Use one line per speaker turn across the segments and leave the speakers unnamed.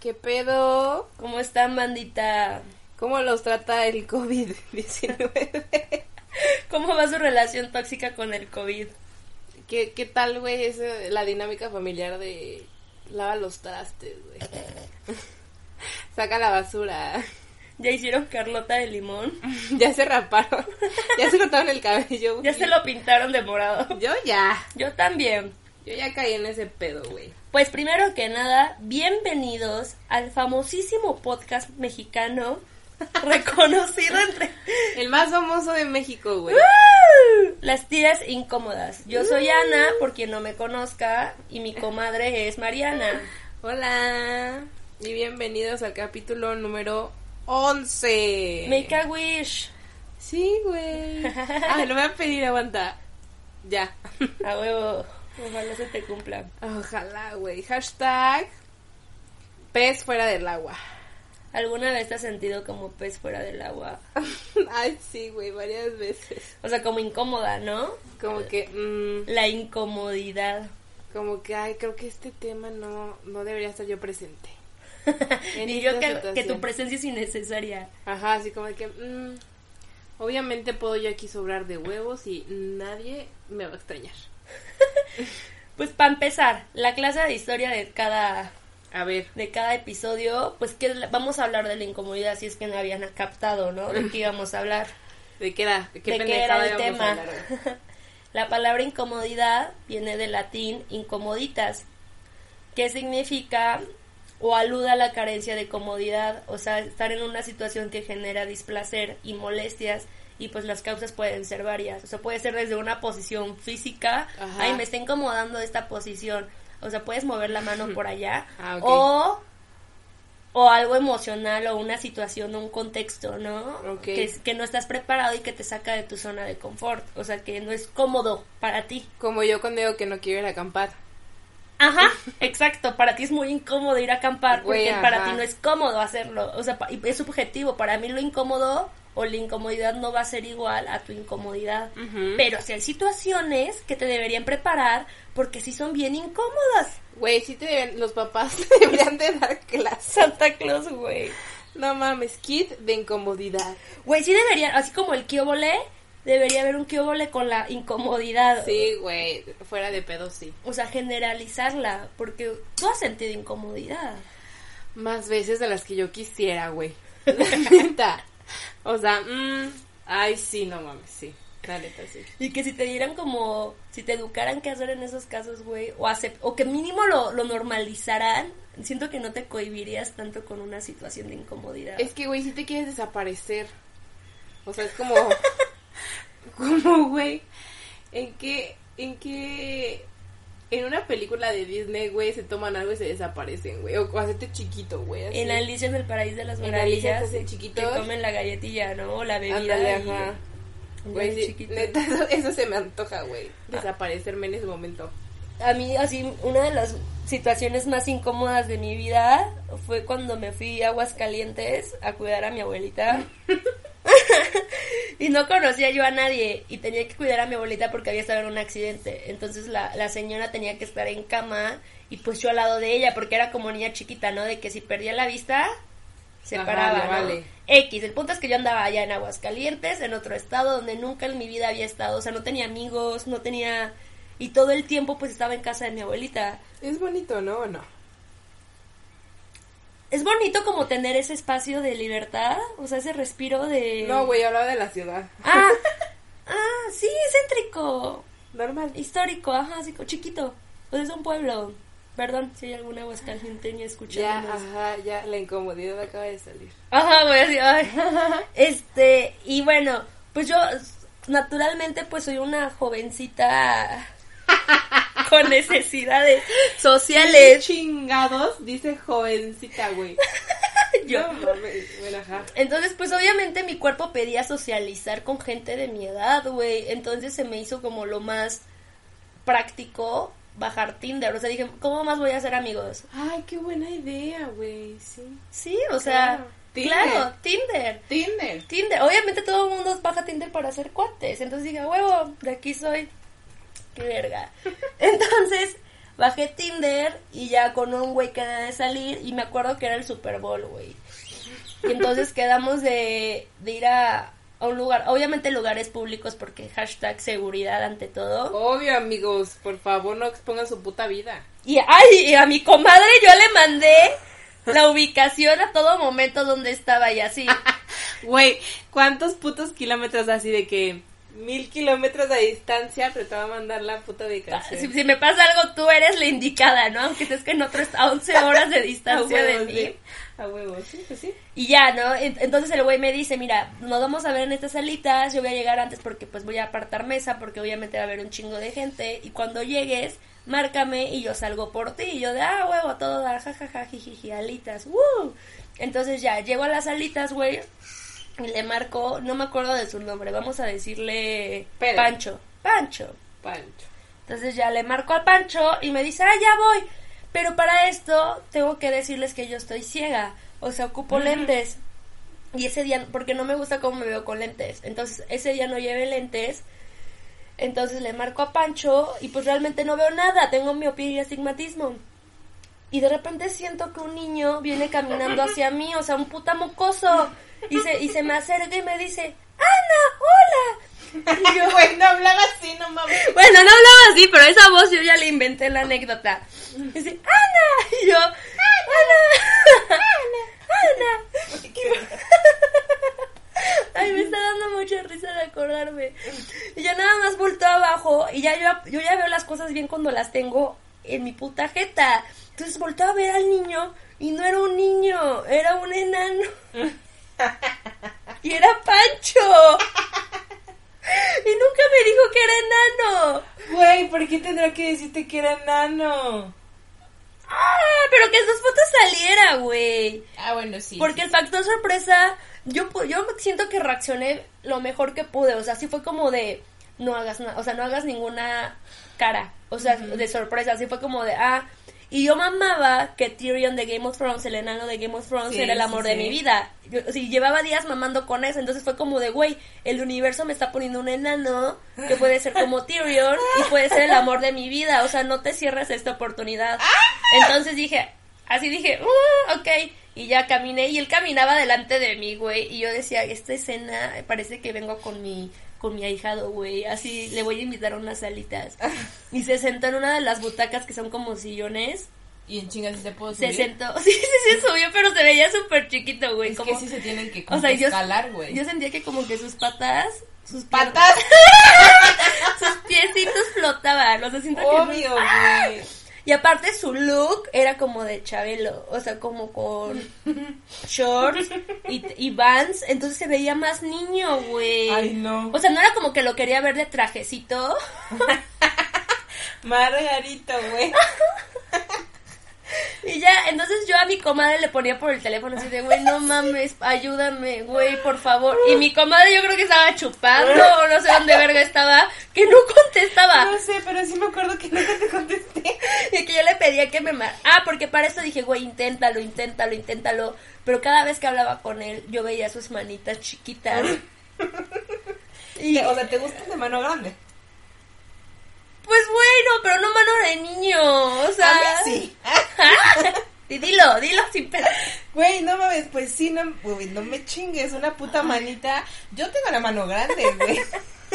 ¿Qué pedo?
¿Cómo están, bandita?
¿Cómo los trata el COVID-19?
¿Cómo va su relación tóxica con el COVID?
¿Qué, qué tal, güey, es eh, la dinámica familiar de lava los trastes, güey? Saca la basura.
¿Ya hicieron Carlota de limón?
ya se raparon. Ya se cortaron el cabello, güey.
¿Ya se lo pintaron de morado?
Yo ya.
Yo también.
Yo ya caí en ese pedo, güey.
Pues primero que nada, bienvenidos al famosísimo podcast mexicano reconocido entre
El más famoso de México, güey.
las tías incómodas. Yo soy Ana, por quien no me conozca, y mi comadre es Mariana.
Hola. Y bienvenidos al capítulo número 11.
Make a wish.
Sí, güey. Ah, lo voy a pedir, aguanta. Ya.
A huevo. Ojalá se te cumpla.
Ojalá, güey. Hashtag pez fuera del agua.
¿Alguna vez te has sentido como pez fuera del agua?
Ay, sí, güey, varias veces.
O sea, como incómoda, ¿no?
Como que, mm,
La incomodidad.
como que, ay, creo que este tema no, no debería estar yo presente. En
Y yo
esta
que, que tu
situación.
presencia es innecesaria.
Ajá, así como que, mm, obviamente puedo yo aquí sobrar de huevos y nadie me va a extrañar.
Pues para empezar, la clase de historia de cada,
A ver,
de cada episodio, pues que la- vamos a hablar de la incomodidad si es que no habían captado, ¿no? De qué íbamos a hablar.
¿de qué era? ¿De qué
¿De qué
pendejada
era el
íbamos a
tema?
hablar hoy?
La palabra incomodidad viene del latín incomoditas, que significa o alude a la carencia de comodidad, o sea, estar en una situación que genera displacer y molestias y pues las causas pueden ser varias, o sea, puede ser desde una posición física,
Ajá.
ay, me está incomodando esta posición, o sea, puedes mover la mano por allá,
Ah, ok.
o o algo emocional o una situación o un contexto, ¿no?
Ok.
Que, es- que no estás preparado y que te saca de tu zona de confort, o sea, que no es cómodo para ti.
Como yo cuando digo que no quiero ir a acampar.
Ajá, exacto, para ti es muy incómodo ir a acampar
Güey,
porque para
ajá.
ti no es cómodo hacerlo, o sea, pa- y es subjetivo, para mí lo incómodo o la incomodidad no va a ser igual a tu incomodidad,
Ujú.
pero si hay situaciones que te deberían preparar porque sí son bien incómodas.
Güey, sí te deben- los papás te deberían de dar clase.
Santa Claus, güey.
No mames, kit de incomodidad.
Güey, sí debería, así como el kiobole, debería haber un kiobole con la incomodidad.
Sí, güey, fuera de pedo, sí.
O sea, generalizarla, porque tú has sentido incomodidad.
Más veces de las que yo quisiera, güey. La neta. O sea, mm, ay, sí, no mames, sí. La neta, sí.
Y que si te dieran como, si te educaran qué hacer en esos casos, güey, o, acep- o que mínimo lo, lo normalizaran, siento que no te cohibirías tanto con una situación de incomodidad.
Es que, güey, si te quieres desaparecer. O sea, es como. como, güey. ¿En qué. En qué. En una película de Disney, güey, se toman algo y se desaparecen, güey. O hacerte chiquito, güey. así.
en Alicia en el Paraíso de las
En Alicia
Maravillas,
se hacen
te
chiquitos.
comen la galletilla, ¿no? O la bebida.
Ándale,
y-
ajá.
y
Güey,
eres
sí,
chiquito. Ah.
neta, eso, eso se me antoja, güey. Desaparecerme en ese momento.
A mí, así, una de las situaciones más incómodas de mi vida fue cuando me fui a Aguascalientes a cuidar a mi abuelita. y no conocía yo a nadie y tenía que cuidar a mi abuelita porque había estado en un accidente. Entonces la, la señora tenía que estar en cama y pues yo al lado de ella porque era como niña chiquita, ¿no? De que si perdía la vista, se
Ajá,
paraba,
le
¿no?
vale.
X, el punto es que yo andaba allá en Aguascalientes, en otro estado donde nunca en mi vida había estado, o sea, no tenía amigos, no tenía... Y todo el tiempo pues estaba en casa de mi abuelita.
Es bonito, ¿no? ¿O no?
Es bonito como tener ese espacio de libertad, o sea, ese respiro de...
No, güey, hablaba de la ciudad.
Ah, ah, sí, céntrico,
Normal.
histórico, ajá, así, co- chiquito. Pues es un pueblo. Perdón si hay alguna aguascalienteña
Ya,
escuchándonos.
ajá, ya, la incomodidad acaba de salir.
Ajá, güey, así, ay. Este, y bueno, pues yo naturalmente pues soy una jovencita con necesidades sociales.
Chingados, dice jovencita, güey.
Yo.
No mames, bueno, ajá.
Entonces, pues obviamente mi cuerpo pedía socializar con gente de mi edad, güey. Entonces se me hizo como lo más práctico bajar Tinder. O sea, dije, ¿cómo más voy a hacer amigos?
Ay, qué buena idea, güey, sí.
Sí, o sea,
Claro, Tinder.
claro Tinder.
Tinder.
Tinder, obviamente todo el mundo baja Tinder para hacer cuates. Entonces dije, "A huevo, de aquí soy. Qué verga. Entonces, Bajé Tinder y ya con un güey quedé de salir y me acuerdo que era el Super Bowl, güey. Y entonces quedamos de, de ir a, a un lugar, obviamente lugares públicos porque hashtag seguridad ante todo.
Obvio, amigos, por favor no expongan su puta vida.
Y, ay, y a mi comadre yo le mandé la ubicación a todo momento donde estaba y así.
Güey, ¿cuántos putos kilómetros así de que mil kilómetros de distancia, pero te va a mandar la puta ubicación?
Ah, Si, si me pasa algo, tú eres la indicada, ¿no? Aunque estés que en otro, est- a 11 horas de
a
distancia de
huevos,
mí.
sí. A huevos, sí, pues sí.
Y ya, ¿no? En- Entonces el güey me dice, mira, nos vamos a ver en estas salitas, yo voy a llegar antes porque pues voy a apartar mesa, porque obviamente va a haber un chingo de gente, y cuando llegues, márcame y yo salgo por ti, y yo de, ah, huevo, todo, dar, jajaja, jijiji, alitas, ¡woo! Entonces ya, llego a las salitas, güey, y le marco, no me acuerdo de su nombre, vamos a decirle
Pedro.
Pancho, Pancho.
Pancho.
Entonces ya le marco al Pancho y me dice, ah, ya voy. Pero para esto tengo que decirles que yo estoy ciega, o sea, ocupo lentes. Y ese día, porque no me gusta cómo me veo con lentes. Entonces, ese día no llevé lentes. Entonces le marco a Pancho y pues realmente no veo nada, tengo miopía y astigmatismo. Y de repente siento que un niño viene caminando hacia mí, o sea, un puta mocoso. Y se, y se me acerca y me dice, Ana, hola. Y yo,
Güey, no hablaba así, no mames.
bueno, no hablaba así, pero esa voz yo ya le inventé la anécdota. Dice, Ana. Y yo, Ana. Ana. Ana. Ay, me está dando mucha risa de acordarme. Y ya nada más volteo abajo y ya yo, yo ya veo las cosas bien cuando las tengo en mi puta jeta. Entonces volteo a ver al niño y no era un niño, era un enano. Y era Pancho. Y nunca me dijo que era enano.
Güey, ¿por qué tendrá que decirte que era nano?
¡Ah! Pero que en sus fotos saliera, güey.
Ah, bueno, sí.
Porque el factor sorpresa, yo, pu- yo siento que reaccioné lo mejor que pude. O sea, sí fue como de, no hagas nada, o sea, no hagas ninguna cara. O sea, de sorpresa, así fue como de, ah. Y yo mamaba que Tyrion de Game of Thrones, el enano de Game of Thrones,
Sí,
era el
sí,
amor de
sí.
mi vida. Yo, o sea, llevaba días mamando con eso, entonces fue como de, güey, el universo me está poniendo un enano que puede ser como Tyrion y puede ser el amor de mi vida. O sea, no te cierres esta oportunidad. Entonces dije, así dije, "Uh, ok. Y ya caminé y él caminaba delante de mí, güey. Y yo decía, esta escena parece que vengo con mi con mi ahijado, güey. Así le voy a invitar a unas salitas. Y se sentó en una de las butacas que son como sillones.
Y en chingas se puedo
Se sentó, sí, sí, se subió, pero se veía súper chiquito, güey. como-
se tienen que
o sea, yo, yo sentía que como que sus patas, sus pier-
Patas,
sus piecitos flotaban. O sea, siento que
obvio, güey.
Y aparte su look era como de Chabelo, o sea, como con shorts y, y vans, entonces se veía más niño, güey.
Ay, no.
O sea, no era como que lo quería ver de trajecito,
Margarito, güey.
Y ya, entonces yo a mi comadre le ponía por el teléfono así de, güey, no mames, ayúdame, güey, por favor. Y mi comadre yo creo que estaba chupando o no sé dónde verga estaba, que no contestaba.
No sé, pero sí me acuerdo que nunca te contesté.
Y que yo le pedía que me... mar- Ah, porque para eso dije, güey, inténtalo, inténtalo, inténtalo. Pero cada vez que hablaba con él, yo veía sus manitas chiquitas. Y,
O sea, ¿te gustan de mano grande?
pues bueno, pero no mano de niño, o sea...
A mí sí.
Y dilo, dilo sin pena.
Güey, no mames, pues sí, no, güey, no me chingues, una puta manita. Yo tengo la mano grande, güey.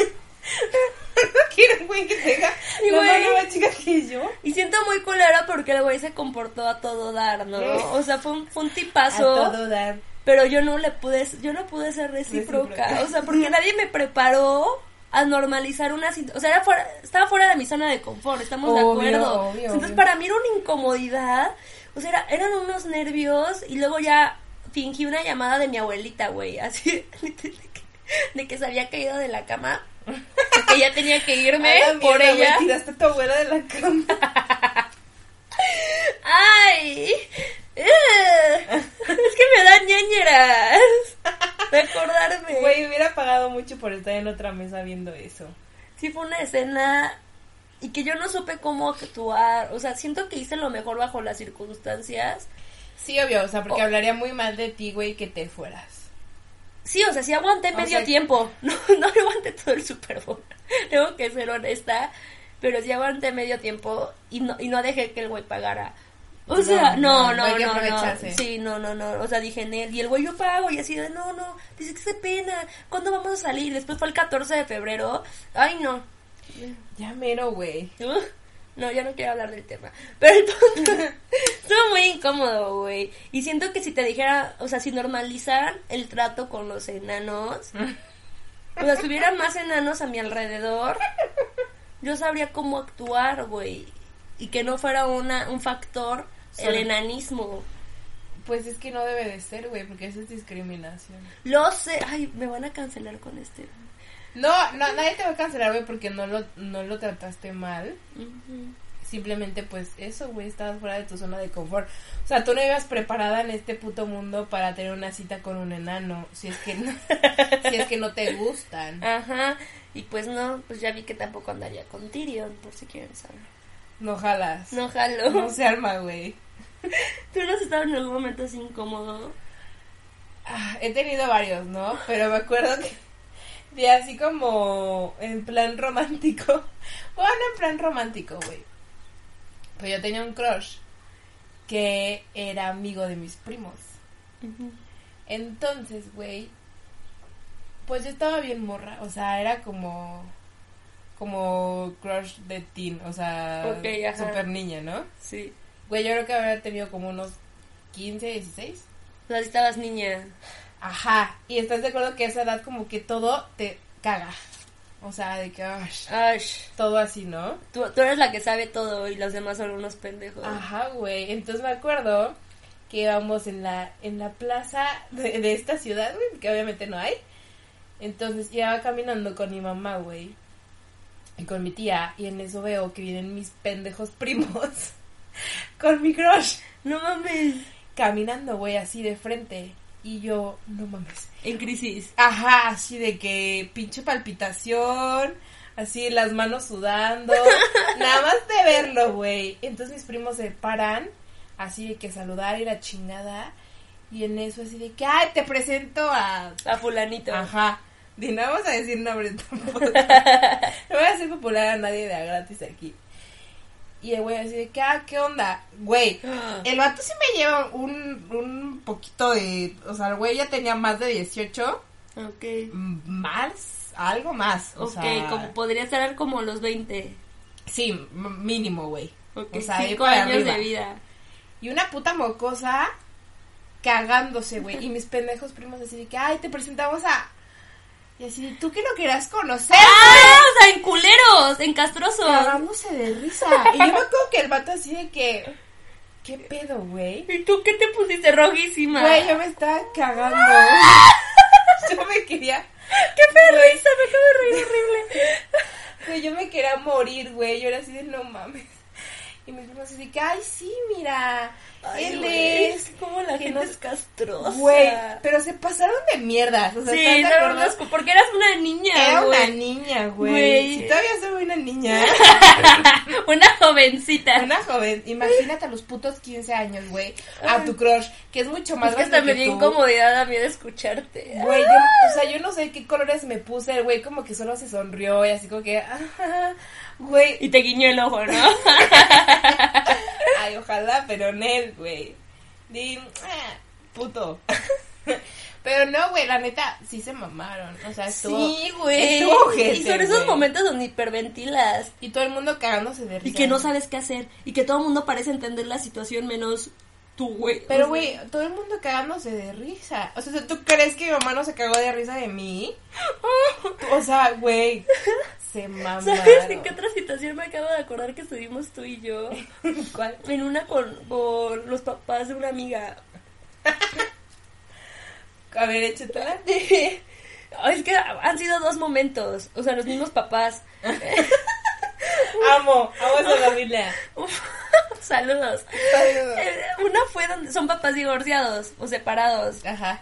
no quiero un güey que tenga
Y,
la
güey.
mano más chica que yo.
Y siento muy culera porque el güey se comportó a todo dar, ¿no? O sea, fue un, fue un tipazo.
dar.
Pero yo no le pude, yo no pude ser recíproca.
Recíproca.
O sea, porque nadie me preparó a normalizar una situación. O sea, era fuera- estaba fuera de mi zona de confort, estamos
Obvio,
de acuerdo.
obvio,
Entonces,
obvio.
para mí era una incomodidad. O sea, era- eran unos nervios y luego ya fingí una llamada de mi abuelita, güey. Así, de que, de que se había caído de la cama. Que ya tenía que irme
A la
por
mierda, güey,
ella.
tiraste a tu abuela de la cama.
¡Ay! ¡Ugh! Es que me dan ñañeras de acordarme.
Güey, hubiera pagado mucho por estar en otra mesa viendo eso.
Sí fue una escena y que yo no supe cómo actuar. O sea, siento que hice lo mejor bajo las circunstancias.
Sí, obvio, o sea, porque
Oh.
hablaría muy mal de ti, güey, que te fueras.
Sí, o sea, sí aguanté
O
medio
sea-
tiempo. No, no aguanté todo el Super Bowl. Tengo que ser honesta. pero sí aguanté medio tiempo y no, y no dejé que el güey pagara. O sea, no, no,
hay
no,
que
no,
aprovecharse.
Sí, no, no, no. O sea, dije en él. Y el güey yo pago. Y así de, no, no. Dice que se pena. ¿Cuándo vamos a salir? Después fue el 14 de febrero. Ay, no.
Ya mero, güey.
Uf, No, ya no quiero hablar del tema. Pero el punto estuvo muy incómodo, güey. Y siento que si te dijera, o sea, si normalizaran el trato con los enanos, o sea, si hubiera más enanos a mi alrededor, yo sabría cómo actuar, güey. Y que no fuera una, un factor el
Solo.
enanismo.
Pues es que no debe de ser, güey, porque eso es discriminación.
Lo sé. Ay, me van a cancelar con este.
No, no, nadie te va a cancelar, güey, porque no lo, no lo trataste mal. Simplemente, pues, eso, güey, estabas fuera de tu zona de confort. O sea, tú no ibas preparada en este puto mundo para tener una cita con un enano. Si es que no, si es que no te gustan.
Ajá. Y pues no, pues ya vi que tampoco andaría con Tyrion, por si quieren saber.
No jalas.
No jalo.
No se arma, güey.
¿Tú no has estado en algún momento así incómodo?
Ah, he tenido varios, ¿no? Pero me acuerdo que de así como en plan romántico. Bueno, en plan romántico, güey. Pues yo tenía un crush que era amigo de mis primos. Entonces, güey, pues yo estaba bien morra, o sea, era como como crush de teen, o sea,
Ok, ajá.
super niña, ¿no?
Sí.
Güey, yo creo que habría tenido como unos 15, 16.
O sea, sí estabas niña.
Ajá, y estás de acuerdo que a esa edad como que todo te caga. O sea, de que ay,
Ay,
todo así, ¿no?
tú, tú eres la que sabe todo y los demás son unos pendejos.
Ajá, güey. Entonces me acuerdo que íbamos en la, en la plaza de, de esta ciudad, güey, que obviamente no hay. Entonces iba caminando con mi mamá, güey. Y con mi tía. Y en eso veo que vienen mis pendejos primos. con mi crush.
No mames.
Caminando, güey, así de frente. Y yo, no mames.
En crisis.
Ajá, así de que pinche palpitación, así las manos sudando, nada más de verlo, güey. Entonces mis primos se paran, así de que saludar y la chingada, y en eso así de que, ay, te presento a...
A fulanito.
Ajá, Di, no vamos a decir nombres tampoco, no voy a hacer popular a nadie de a gratis aquí. Y el güey así de que, ah, ¿qué onda? Güey, el vato sí me lleva un, un poquito de... O sea, el güey ya tenía más de 18
Ok.
más, algo más. O
ok,
sea,
como podría estar como los 20.
Sí, m- mínimo, güey.
Ok,
O sea, ahí
cinco
para
años
arriba.
de vida.
Y una puta mocosa cagándose, güey. Y mis pendejos primos así de que, ay, te presentamos a... Y así, de, tú que no querías conocer.
¡Ah! O sea, en culeros, en castrosos.
Cagándose de risa. Y yo me acuerdo que el vato así de que... ¿Qué pedo, güey?
¿Y tú qué te pusiste rojísima?
Güey, yo me estaba cagando. Ah. yo me quería...
¡Qué perrisa! Me acabo de reír horrible.
Güey, yo me quería morir, güey. Yo era así de no mames. Y mis primos así de que, ay, sí, mira.
Ay,
él
güey,
es.
como la
que
gente
no-
es castrosa.
Güey, pero se pasaron de mierdas. O sea,
Sí,
¿estás de
no,
acuerdo?
no, no, porque eras una niña,
Era una
güey.
niña, güey.
Güey.
Si todavía soy una niña,
Una jovencita.
una joven. Imagínate a los putos 15 años, güey. A tu crush, que es mucho más
es que
grande
hasta me
que
dio
tú.
incomodidad a mí de escucharte.
Güey, yo- o sea, yo no sé qué colores me puse. El güey como que solo se sonrió y así como que, "Ah", güey.
Y te guiñó el ojo, ¿no?
Ay, ojalá, pero Nel, güey. Di, ah, puto. Pero no, güey, la neta, sí se mamaron. O sea, estuvo.
sí, güey.
estuvo ojete,
Y son esos
güey.
momentos donde hiperventilas.
Y todo el mundo cagándose de risa.
Y que no sabes qué hacer. Y que todo el mundo parece entender la situación menos tú, güey.
Pero,
O sea,
güey, todo el mundo cagándose de risa. O sea, ¿tú crees que mi mamá no se cagó de risa de mí? O sea, güey, se mamaron.
¿Sabes en qué otra situación me acabo de acordar que estuvimos tú y yo?
¿Cuál?
En una con, con los papás de una amiga.
A ver, échatela.
Ay, Es que han sido dos momentos. O sea, los mismos papás.
Amo, amo esa familia.
Saludos. Eh, Una fue donde son papás divorciados o separados.
Ajá.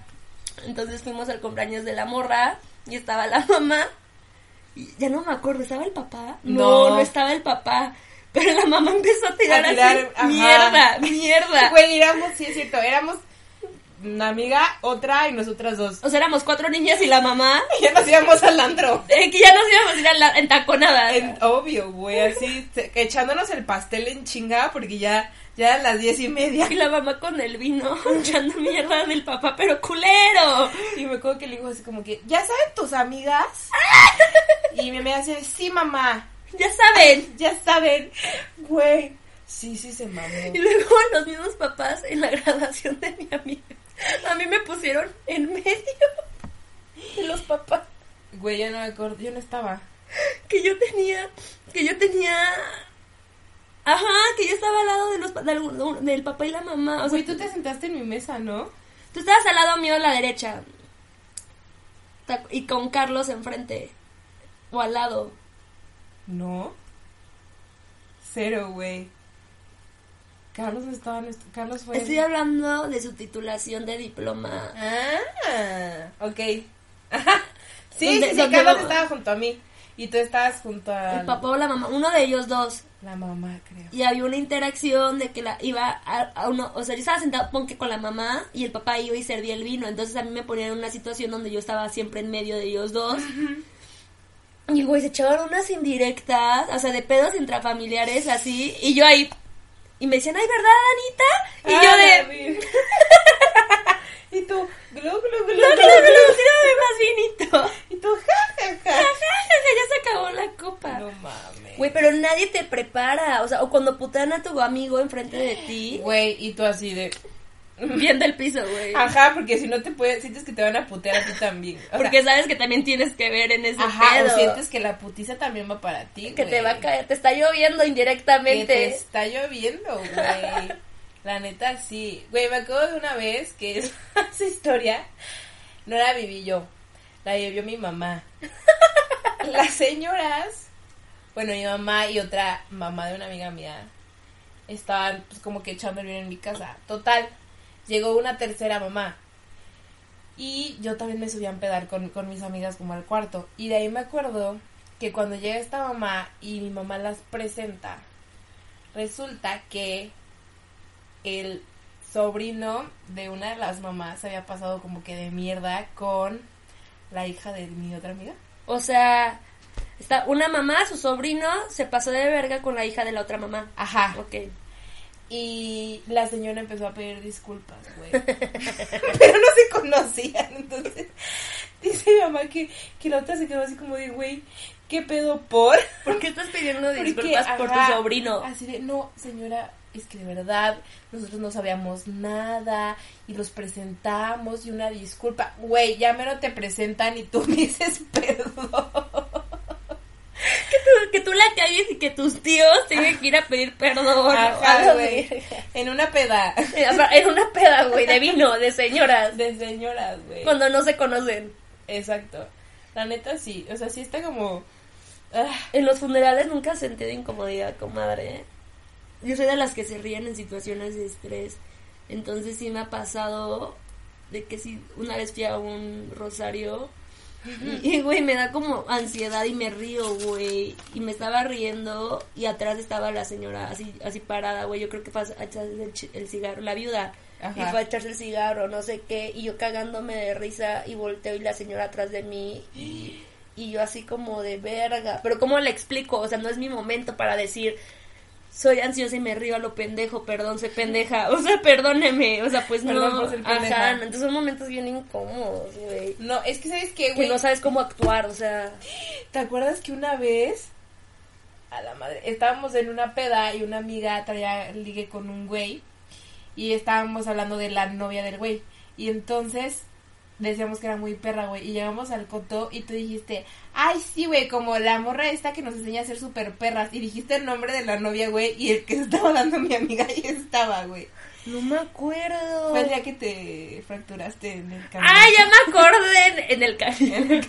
Entonces fuimos al cumpleaños de la morra y estaba la mamá. Y ya no me acuerdo, ¿estaba el papá? No,
No.
no, estaba el papá. Pero la mamá empezó a tirar,
A tirar,
así,
ajá.
mierda, mierda.
Güey, éramos, sí es cierto, éramos una amiga, otra y nosotras dos.
O sea, éramos cuatro niñas y la mamá.
Y ya nos íbamos al antro.
eh, que ya nos íbamos a ir a la- en taconada.
En- obvio, güey, así, te- echándonos el pastel en chingada porque ya, ya eran las diez y media.
Y la mamá con el vino echando mierda del papá, pero culero.
Y me acuerdo que le digo así como que, ¿ya saben tus amigas? Y mi amiga dice, sí, mamá,
Ya saben.
ya saben. Güey, sí, sí se mamó.
Y luego los mismos papás en la graduación de mi amiga. A mí me pusieron en medio de los papás.
Güey, yo no me acuerdo, yo no estaba.
que yo tenía, que yo tenía, ajá, que yo estaba al lado de los, pa- de algún- del papá y la mamá, o sea,
Güey, tú te sentaste en mi mesa, ¿no?
tú estabas al lado mío a la derecha, Ta- y con Carlos enfrente, o al lado,
No. Cero, güey. Carlos no estaba, no est- Carlos fue...
estoy hablando de su titulación de diploma,
Ah, ok. sí, sí,
¿Dónde-
sí,
dónde
Carlos
lo-
estaba junto a mí. Y tú estabas junto a
el papá o la mamá, uno de ellos dos,
la mamá, creo.
y había una interacción de que la iba a, a uno, o sea, yo estaba sentado ponque con la mamá y el papá iba y servía el vino, entonces a mí me ponían en una situación donde yo estaba siempre en medio de ellos dos. Y güey, se echaban unas indirectas, o sea, de pedos intrafamiliares así, y yo ahí y me decían, "Ay, ¿verdad, Anita?" Y
Ah,
yo
la
de
vi. y tú, glu, glu, glu,
no, no, no,
glu, glu.
no, más vinito.
Y tú, ja, ja, ja.
ya se acabó la copa.
No mames.
Güey, pero nadie te prepara, o sea, o cuando putean a tu amigo enfrente de ti,
Güey, y tú así de...
viendo el piso, güey.
Ajá, porque si no te puedes, sientes que te van a putear a ti también. O sea,
Porque sabes que también tienes que ver en ese
ajá,
pedo.
o sientes que la putiza también va para ti,
que
güey.
te va a caer, te está lloviendo
Que te
indirectamente.
está lloviendo, güey. La neta, sí. Güey, me acuerdo de una vez que es- esa historia no la viví yo, la vivió mi mamá. Las señoras, bueno, mi mamá y otra mamá de una amiga mía, estaban pues como que echando el vino en mi casa. Total, llegó una tercera mamá. Y yo también me subí a empedar con, con mis amigas como al cuarto. Y de ahí me acuerdo que cuando llega esta mamá y mi mamá las presenta, resulta que el sobrino de una de las mamás se había pasado como que de mierda con la hija de mi otra amiga.
O sea, está una mamá, su sobrino, se pasó de verga con la hija de la otra mamá.
Ajá.
Ok.
Y la señora empezó a pedir disculpas, güey. Pero no se conocían, entonces. Dice mi mamá que, que la otra se quedó así como de, güey, ¿qué pedo por?
¿Por qué estás pidiendo
Porque,
disculpas por tu
ajá,
sobrino?
Así de, no, señora, es que de verdad, nosotros no sabíamos nada y los presentamos y una disculpa. Güey, ya menos te presentan y tú me dices perdón.
Que tú la calles y que tus tíos tengan que ir a pedir perdón.
Ajá,
A la
güey.
verga.
En una peda
Era una peda, güey, de vino, de señoras.
de señoras, güey.
Cuando no se conocen.
Exacto. La neta sí, o sea, sí está como... ah,
En los funerales nunca has sentido incomodidad, comadre. ¿eh? Yo soy de las que se ríen en situaciones de estrés. Entonces sí me ha pasado de que si una vez fui a un rosario y, y, güey, me da como ansiedad y me río, güey. Y me estaba riendo y atrás estaba la señora así así parada, güey. Yo creo que fue a echarse el, chi- el cigarro, la viuda.
Ajá.
Y fue a echarse el cigarro, no sé qué. Y yo cagándome de risa y volteo y la señora atrás de mí y yo así como de verga. Pero ¿cómo le explico? O sea, no es mi momento para decir, soy ansiosa y me río a lo pendejo, perdón, soy pendeja. O sea, perdóneme. O sea, pues
Perdón
no.
por ser pendeja.
Ajá, no, entonces son momentos bien incómodos, güey.
No, es que sabes qué,
Que
güey.
no sabes cómo actuar, o sea.
¿Te acuerdas que una vez... A la madre, estábamos en una peda y una amiga traía ligue con un güey y estábamos hablando de la novia del güey. Y entonces decíamos que era muy perra, güey. Y llegamos al coto y tú dijiste, ay, sí, güey, como la morra esta que nos enseña a ser súper perras. Y dijiste el nombre de la novia, güey, y el que estaba dando mi amiga ahí estaba, güey.
No me acuerdo.
Fue el día que te fracturaste en el camino.
Ah, ya me acordé en, en el camino.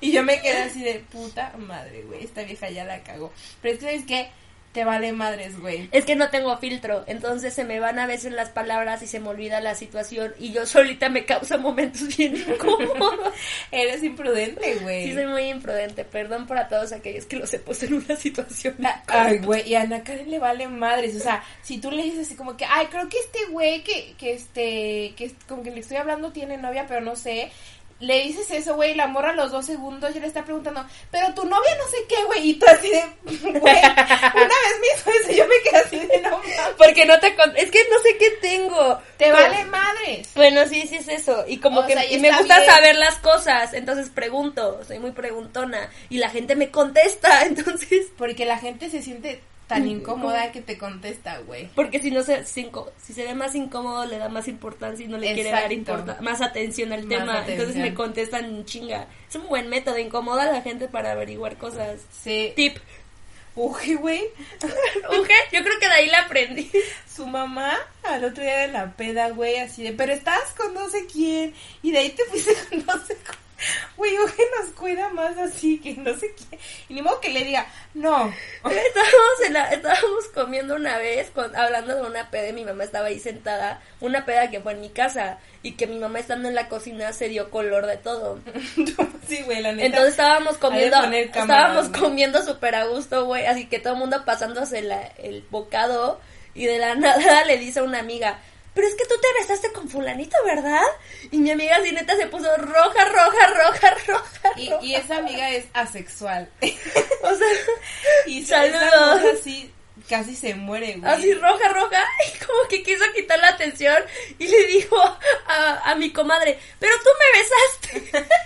Y yo me quedé así de puta madre, güey. Esta vieja ya la cagó. Pero es que, ¿sabes qué? Te vale madres, güey.
Es que no tengo filtro, entonces se me van a veces las palabras y se me olvida la situación y yo solita me causa momentos bien incómodos.
Eres imprudente, güey.
Sí, soy muy imprudente, perdón para todos aquellos que los he puesto en una situación.
Ah, Ay, güey, y a Ana Karen le vale madres. O sea, si tú le dices así como que, ay, creo que este güey que, que este, que es- con que le estoy hablando tiene novia, pero no sé. Le dices eso, güey, la morra a los dos segundos ya le está preguntando, pero tu novia no sé qué, güey, y tú así de, güey, una vez me hizo eso y yo me quedé así de, no mames,
Porque no te con- es que no sé qué tengo.
te
Pero-
vale madres.
Bueno, sí, sí es eso. Y como
O
que
sea, y
y me
está
gusta
bien.
saber las cosas, entonces pregunto, soy muy preguntona y la gente me contesta, entonces
Porque la gente se siente tan incómoda que te contesta, güey.
porque si no se si, inco- si se ve más incómodo le da más importancia y no le quiere dar
Exacto.
importa- más atención al
Más
tema, entonces
atención.
me contestan en chinga. Es un buen método, incomoda a la gente para averiguar cosas.
Sí.
Tip.
Uy, güey,
Ujú, yo creo que de ahí la aprendí.
su mamá al otro día de la peda, güey, así de, pero estás con no sé quién, y de ahí te fuiste con no sé cu- Güey, Uge nos cuida más así que no sé quién. Y ni modo que le diga, no.
Estábamos, en la- estábamos comiendo una vez, con- hablando de una peda, y mi mamá estaba ahí sentada, una peda que fue en mi casa, y que mi mamá estando en la cocina se dio color de todo.
sí, güey, la neta.
Entonces estábamos comiendo,
poner cámaras,
estábamos
güey.
comiendo súper a gusto, güey, así que todo el mundo pasándose la- el bocado, y de la nada le dice a una amiga, pero es que tú te besaste con fulanito, ¿verdad? Y mi amiga así neta se puso roja, roja, roja, roja.
y, y esa amiga es asexual.
O sea,
Y esa- esa
Saludos.
cosa Así casi se muere, güey.
así roja, roja, y como que quiso quitar la atención y le dijo a, a mi comadre, pero tú me besaste.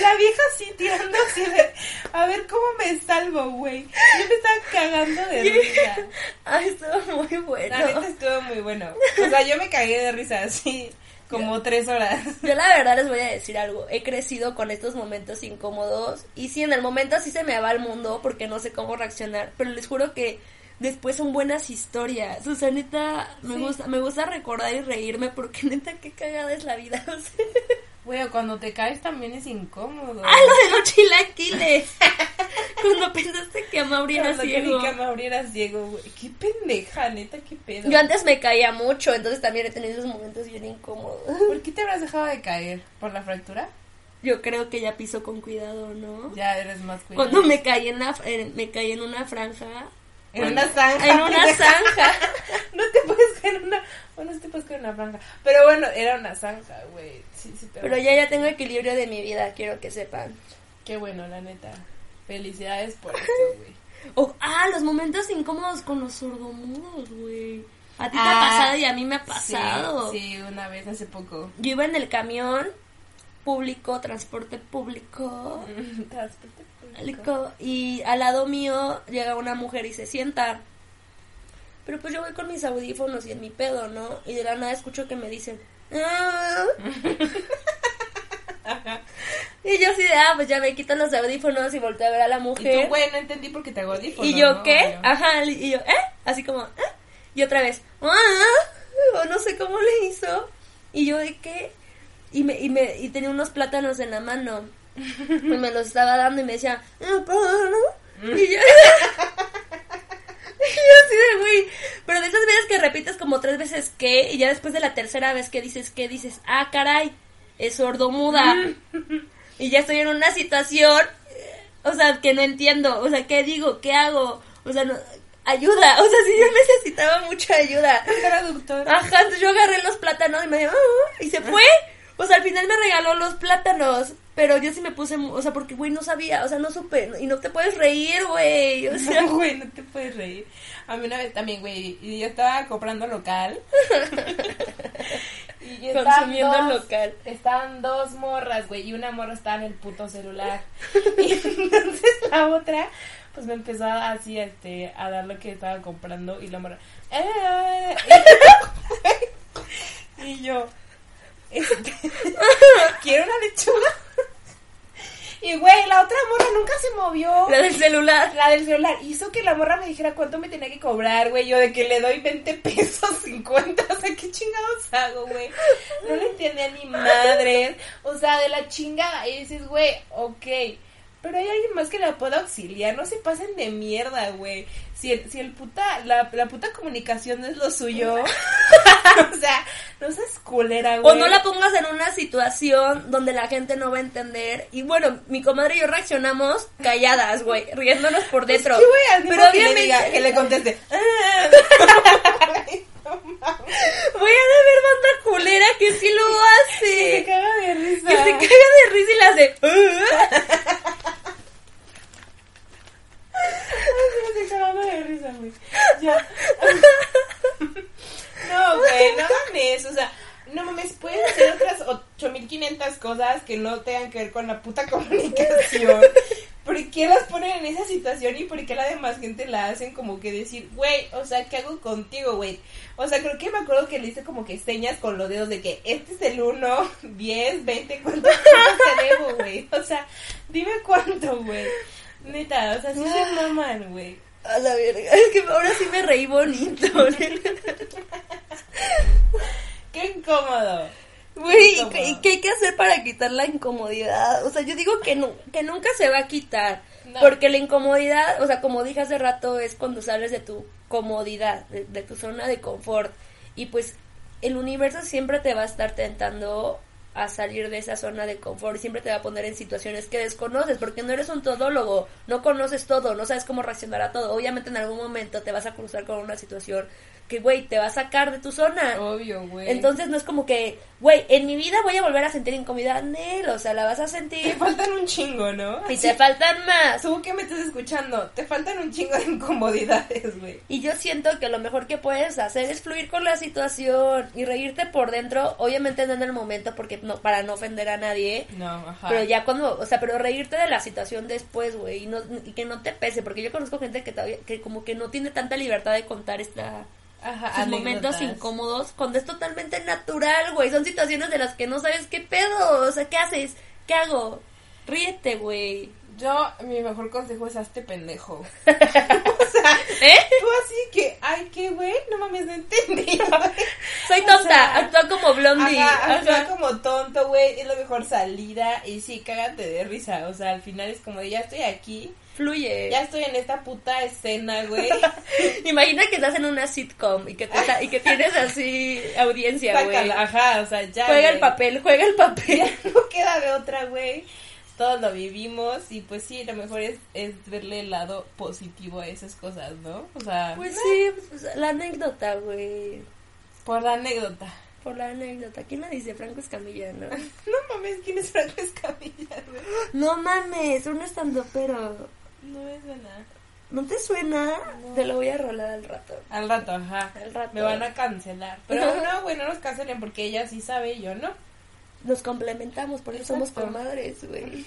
La vieja sí tirando así de, a ver cómo me salvo, güey. Yo me estaba cagando de risa.
Ay, Ah, estuvo muy
La
bueno.
neta estuvo muy bueno. O sea, yo me cagué de risa así como tres horas.
Yo la verdad les voy a decir algo, he crecido con estos momentos incómodos y sí, en el momento sí se me va el mundo porque no sé cómo reaccionar, pero les juro que después son buenas historias. O sea, neta, me,
Sí.
gusta, me gusta recordar y reírme porque neta, qué cagada es la vida. O sea,
Güey, cuando te caes también es incómodo.
ah, lo de los chilaquiles. Cuando pensaste que a Mauri era
Cuando que
ciego.
mi cama abriera ciego, güey. Qué pendeja, neta, qué pedo.
Yo antes me caía mucho, entonces también he tenido esos momentos bien incómodos.
¿Por qué te habrás dejado de caer? ¿Por la fractura?
Yo creo que ya piso con cuidado, ¿no?
Ya eres más cuidado.
Cuando me caí en la, en- me caí en una franja,
En una zanja.
en una
pendeja.
zanja,
No te puedes caer en una... Bueno, sí te puedes caer en una franja. Pero bueno, era una zanja, güey. Sí, sí,
pero ya ya tengo equilibrio de mi vida, quiero que sepan.
Qué bueno, la neta. Felicidades por esto, güey.
Oh, ah, los momentos incómodos con los sordomudos, güey. A ti te
Ah,
ha pasado y a mí me ha pasado.
Sí, sí, una vez hace poco.
Yo iba en el camión público, transporte público.
Transporte público.
Alco, Y al lado mío llega una mujer y se sienta. Pero pues yo voy con mis audífonos y en mi pedo, ¿no? Y de la nada escucho que me dicen. "Ah". y yo así de, ah, pues ya me quito los audífonos y volteo a ver a la
Y
mujer.
tú, güey, no entendí porque te hago audífonos,
Y yo,
¿no?
¿qué?
Obvio.
Ajá, y yo, ¿eh? Así como, ¿eh? Y otra vez, ¡ah! O no sé cómo le hizo. Y yo, ¿de qué? Y, me, y, me, y tenía unos plátanos en la mano. Y me los estaba dando y me decía, "Ah,
Mm.
plátano". Y yo, y yo así de, güey. Pero de esas veces que repites como tres veces, ¿qué? Y ya después de la tercera vez que dices, ¿qué? Dices, ¡ah, caray! Es sordomuda. Y ya estoy en una situación o sea, que no entiendo, o sea, ¿qué digo? ¿Qué hago? O sea, no- ayuda, o sea, si yo necesitaba mucha ayuda.
Traductor.
Ajá, entonces yo agarré los plátanos y me dije, "Ah", y se fue. O sea, al final me regaló los plátanos, pero yo sí me puse, mu- o sea, porque, güey, no sabía, o sea, no supe, no- y no te puedes reír, güey, o sea,
No, güey, no te puedes reír. A mí una vez también, güey, y yo estaba comprando local. y estaban
consumiendo
dos-
local.
Estaban dos morras, güey, y una morra estaba en el puto celular. Y entonces la otra, pues me empezó así este, a dar lo que estaba comprando y la morra... "Eh". y yo... este, Quiero una lechuga. Y güey, la otra morra nunca se movió.
La del celular.
La del celular hizo que la morra me dijera cuánto me tenía que cobrar, güey. Yo de que le doy 20 pesos, 50. O sea, ¿qué chingados hago, güey? No le entendía ni madre. O sea, de la chingada. Y dices, güey, ok. Pero hay alguien más que la pueda auxiliar. No se pasen de mierda, güey. Si el, si el puta, la, la puta comunicación no es lo suyo. o sea, no seas culera,
O
güey.
no la pongas en una situación donde la gente no va a entender. Y bueno, mi comadre y yo reaccionamos calladas, güey, riéndonos por dentro.
Sí, güey, al mismo
Pero
que le
obviamente,
diga- que le conteste. "Ah". Ay, no mames.
voy a deber banda culera que sí lo
Se
hace.
caga de risa.
Que se caga de risa y las de... "Ah".
Me estoy cagando de risa, güey. Ya. No, güey, no mames. O sea, no mames, puedes hacer otras 8500 cosas que no tengan que ver con la puta comunicación. ¿Por qué las ponen en esa situación y por qué la demás gente la hacen como que decir, güey, o sea, ¿qué hago contigo, güey? O sea, creo que me acuerdo que le hice como que señas con los dedos de que este es el 1, 10, 20, ¿cuánto te debo, güey? O sea, dime cuánto, güey. Neta, o sea, sí se
Ah.
maman, güey.
A la verga, es que ahora sí me reí bonito.
Qué incómodo.
Güey, ¿y
Incómodo.
qué- y ¿qué hay que hacer para quitar la incomodidad? O sea, yo digo que, nu- que nunca se va a quitar.
No.
Porque la incomodidad, o sea, como dije hace rato, es cuando sales de tu comodidad, de, de tu zona de confort. Y pues el universo siempre te va a estar tentando a salir de esa zona de confort, siempre te va a poner en situaciones que desconoces, porque no eres un todólogo, no conoces todo, no sabes cómo reaccionar a todo. Obviamente en algún momento te vas a cruzar con una situación que, güey, te va a sacar de tu zona.
Obvio, güey.
Entonces no es como que, güey, en mi vida voy a volver a sentir incomodidad, Nel, o sea, la vas a
Te
sentir
faltan un chingo, ¿no?
y te faltan más.
Tú que me estás escuchando, te faltan un chingo de incomodidades, güey.
Y yo siento que lo mejor que puedes hacer es fluir con la situación y reírte por dentro, obviamente no en el momento porque no para no ofender a nadie,
No, ajá.
pero ya cuando, o sea, pero reírte de la situación después, güey, y, no, y que no te pese, porque yo conozco gente que todavía, que como que no tiene tanta libertad de contar esta,
Ajá,
sus momentos incómodos cuando es totalmente natural, güey. Son situaciones de las que no sabes qué pedo. O sea, ¿qué haces? ¿Qué hago? Ríete, güey.
Yo, mi mejor consejo es hazte pendejo.
¿Eh?
Tú así que, ay, qué güey, no mames, no entendí.
Soy
O
tonta.
sea,
actúa como blondie.
Ajá, actúa
Ajá.
como tonto, güey, es la mejor salida. Y sí, cágate de risa. O sea, al final es como de, ya estoy aquí,
Fluye.
ya estoy en esta puta escena, güey.
Imagina que estás en una sitcom y que, te está- y que tienes así audiencia, güey.
Sácala, ajá, o sea, ya.
Juega el
güey.
papel, juega el papel.
Ya no queda de otra, güey. Todos lo vivimos y pues sí, lo mejor es, es verle el lado positivo a esas cosas, ¿no? O sea,
Pues sí, pues, la anécdota, güey.
por la anécdota.
Por la anécdota. ¿Quién la dice? Franco Escamilla, ¿no?
No mames, ¿quién es Franco Escamilla, güey?
No mames, un estandopero.
No me suena.
¿No te suena? Te lo voy a rolar al rato.
Al rato, ajá.
Al rato.
Me van a cancelar. Pero no, güey, no nos cancelen porque ella sí sabe y yo no.
Nos complementamos, por eso somos
Exacto.
comadres, güey.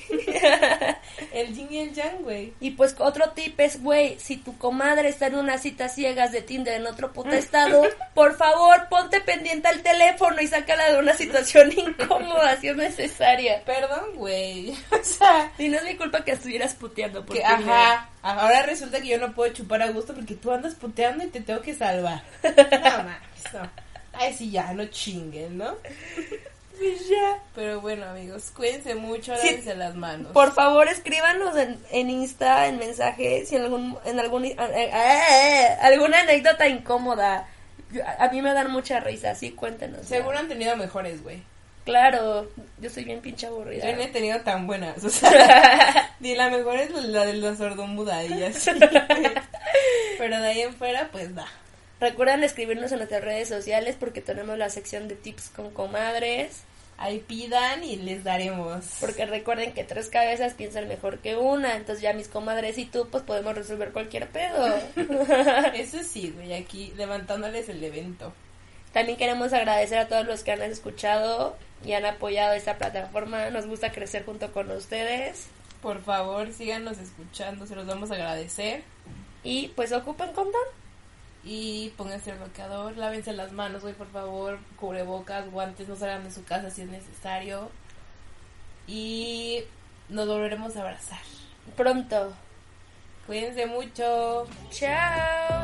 El yin y el yang, güey.
Y pues otro tip es, güey, si tu comadre está en una cita ciegas de Tinder en otro puto estado, por favor, ponte pendiente al teléfono y sácala de una situación incómoda si es necesaria.
Perdón, güey. O sea,
Y no es mi culpa que estuvieras puteando por
que,
Tinder.
ajá. Ahora resulta que yo no puedo chupar a gusto porque tú andas puteando y te tengo que salvar. No mames, no. Ay, sí, ya, no chinguen, ¿no?
Pues ya.
Pero bueno, amigos, cuídense mucho,
Sí.
lávense las manos.
Por favor, escríbanos en, en Insta, en mensaje, si en algún, en algún, eh, eh, alguna anécdota incómoda. Yo- A, a mí me dan mucha risa, sí, cuéntenos. ¿no?
Seguro han tenido mejores, güey.
Claro, yo soy bien pinche
Yo
aburrida.
no he tenido tan buenas. O sea, ni la mejor es la de la sordomuda y así. Pero de ahí en fuera, pues va.
Recuerden escribirnos en nuestras redes sociales porque tenemos la sección de tips con comadres.
Ahí pidan y les daremos.
Porque recuerden que tres cabezas piensan mejor que una. Entonces ya mis comadres y tú pues podemos resolver cualquier pedo.
Eso sí, güey, aquí levantándoles el evento.
También queremos agradecer a todos los que han escuchado y han apoyado esta plataforma. Nos gusta crecer junto con ustedes.
Por favor, síganos escuchando, se los vamos a agradecer.
Y pues ocupen condón.
Y pónganse el bloqueador, lávense las manos, güey, por favor. Cubrebocas, guantes, no salgan de su casa si es necesario. Y nos volveremos a abrazar.
Pronto.
Cuídense mucho.
Chao.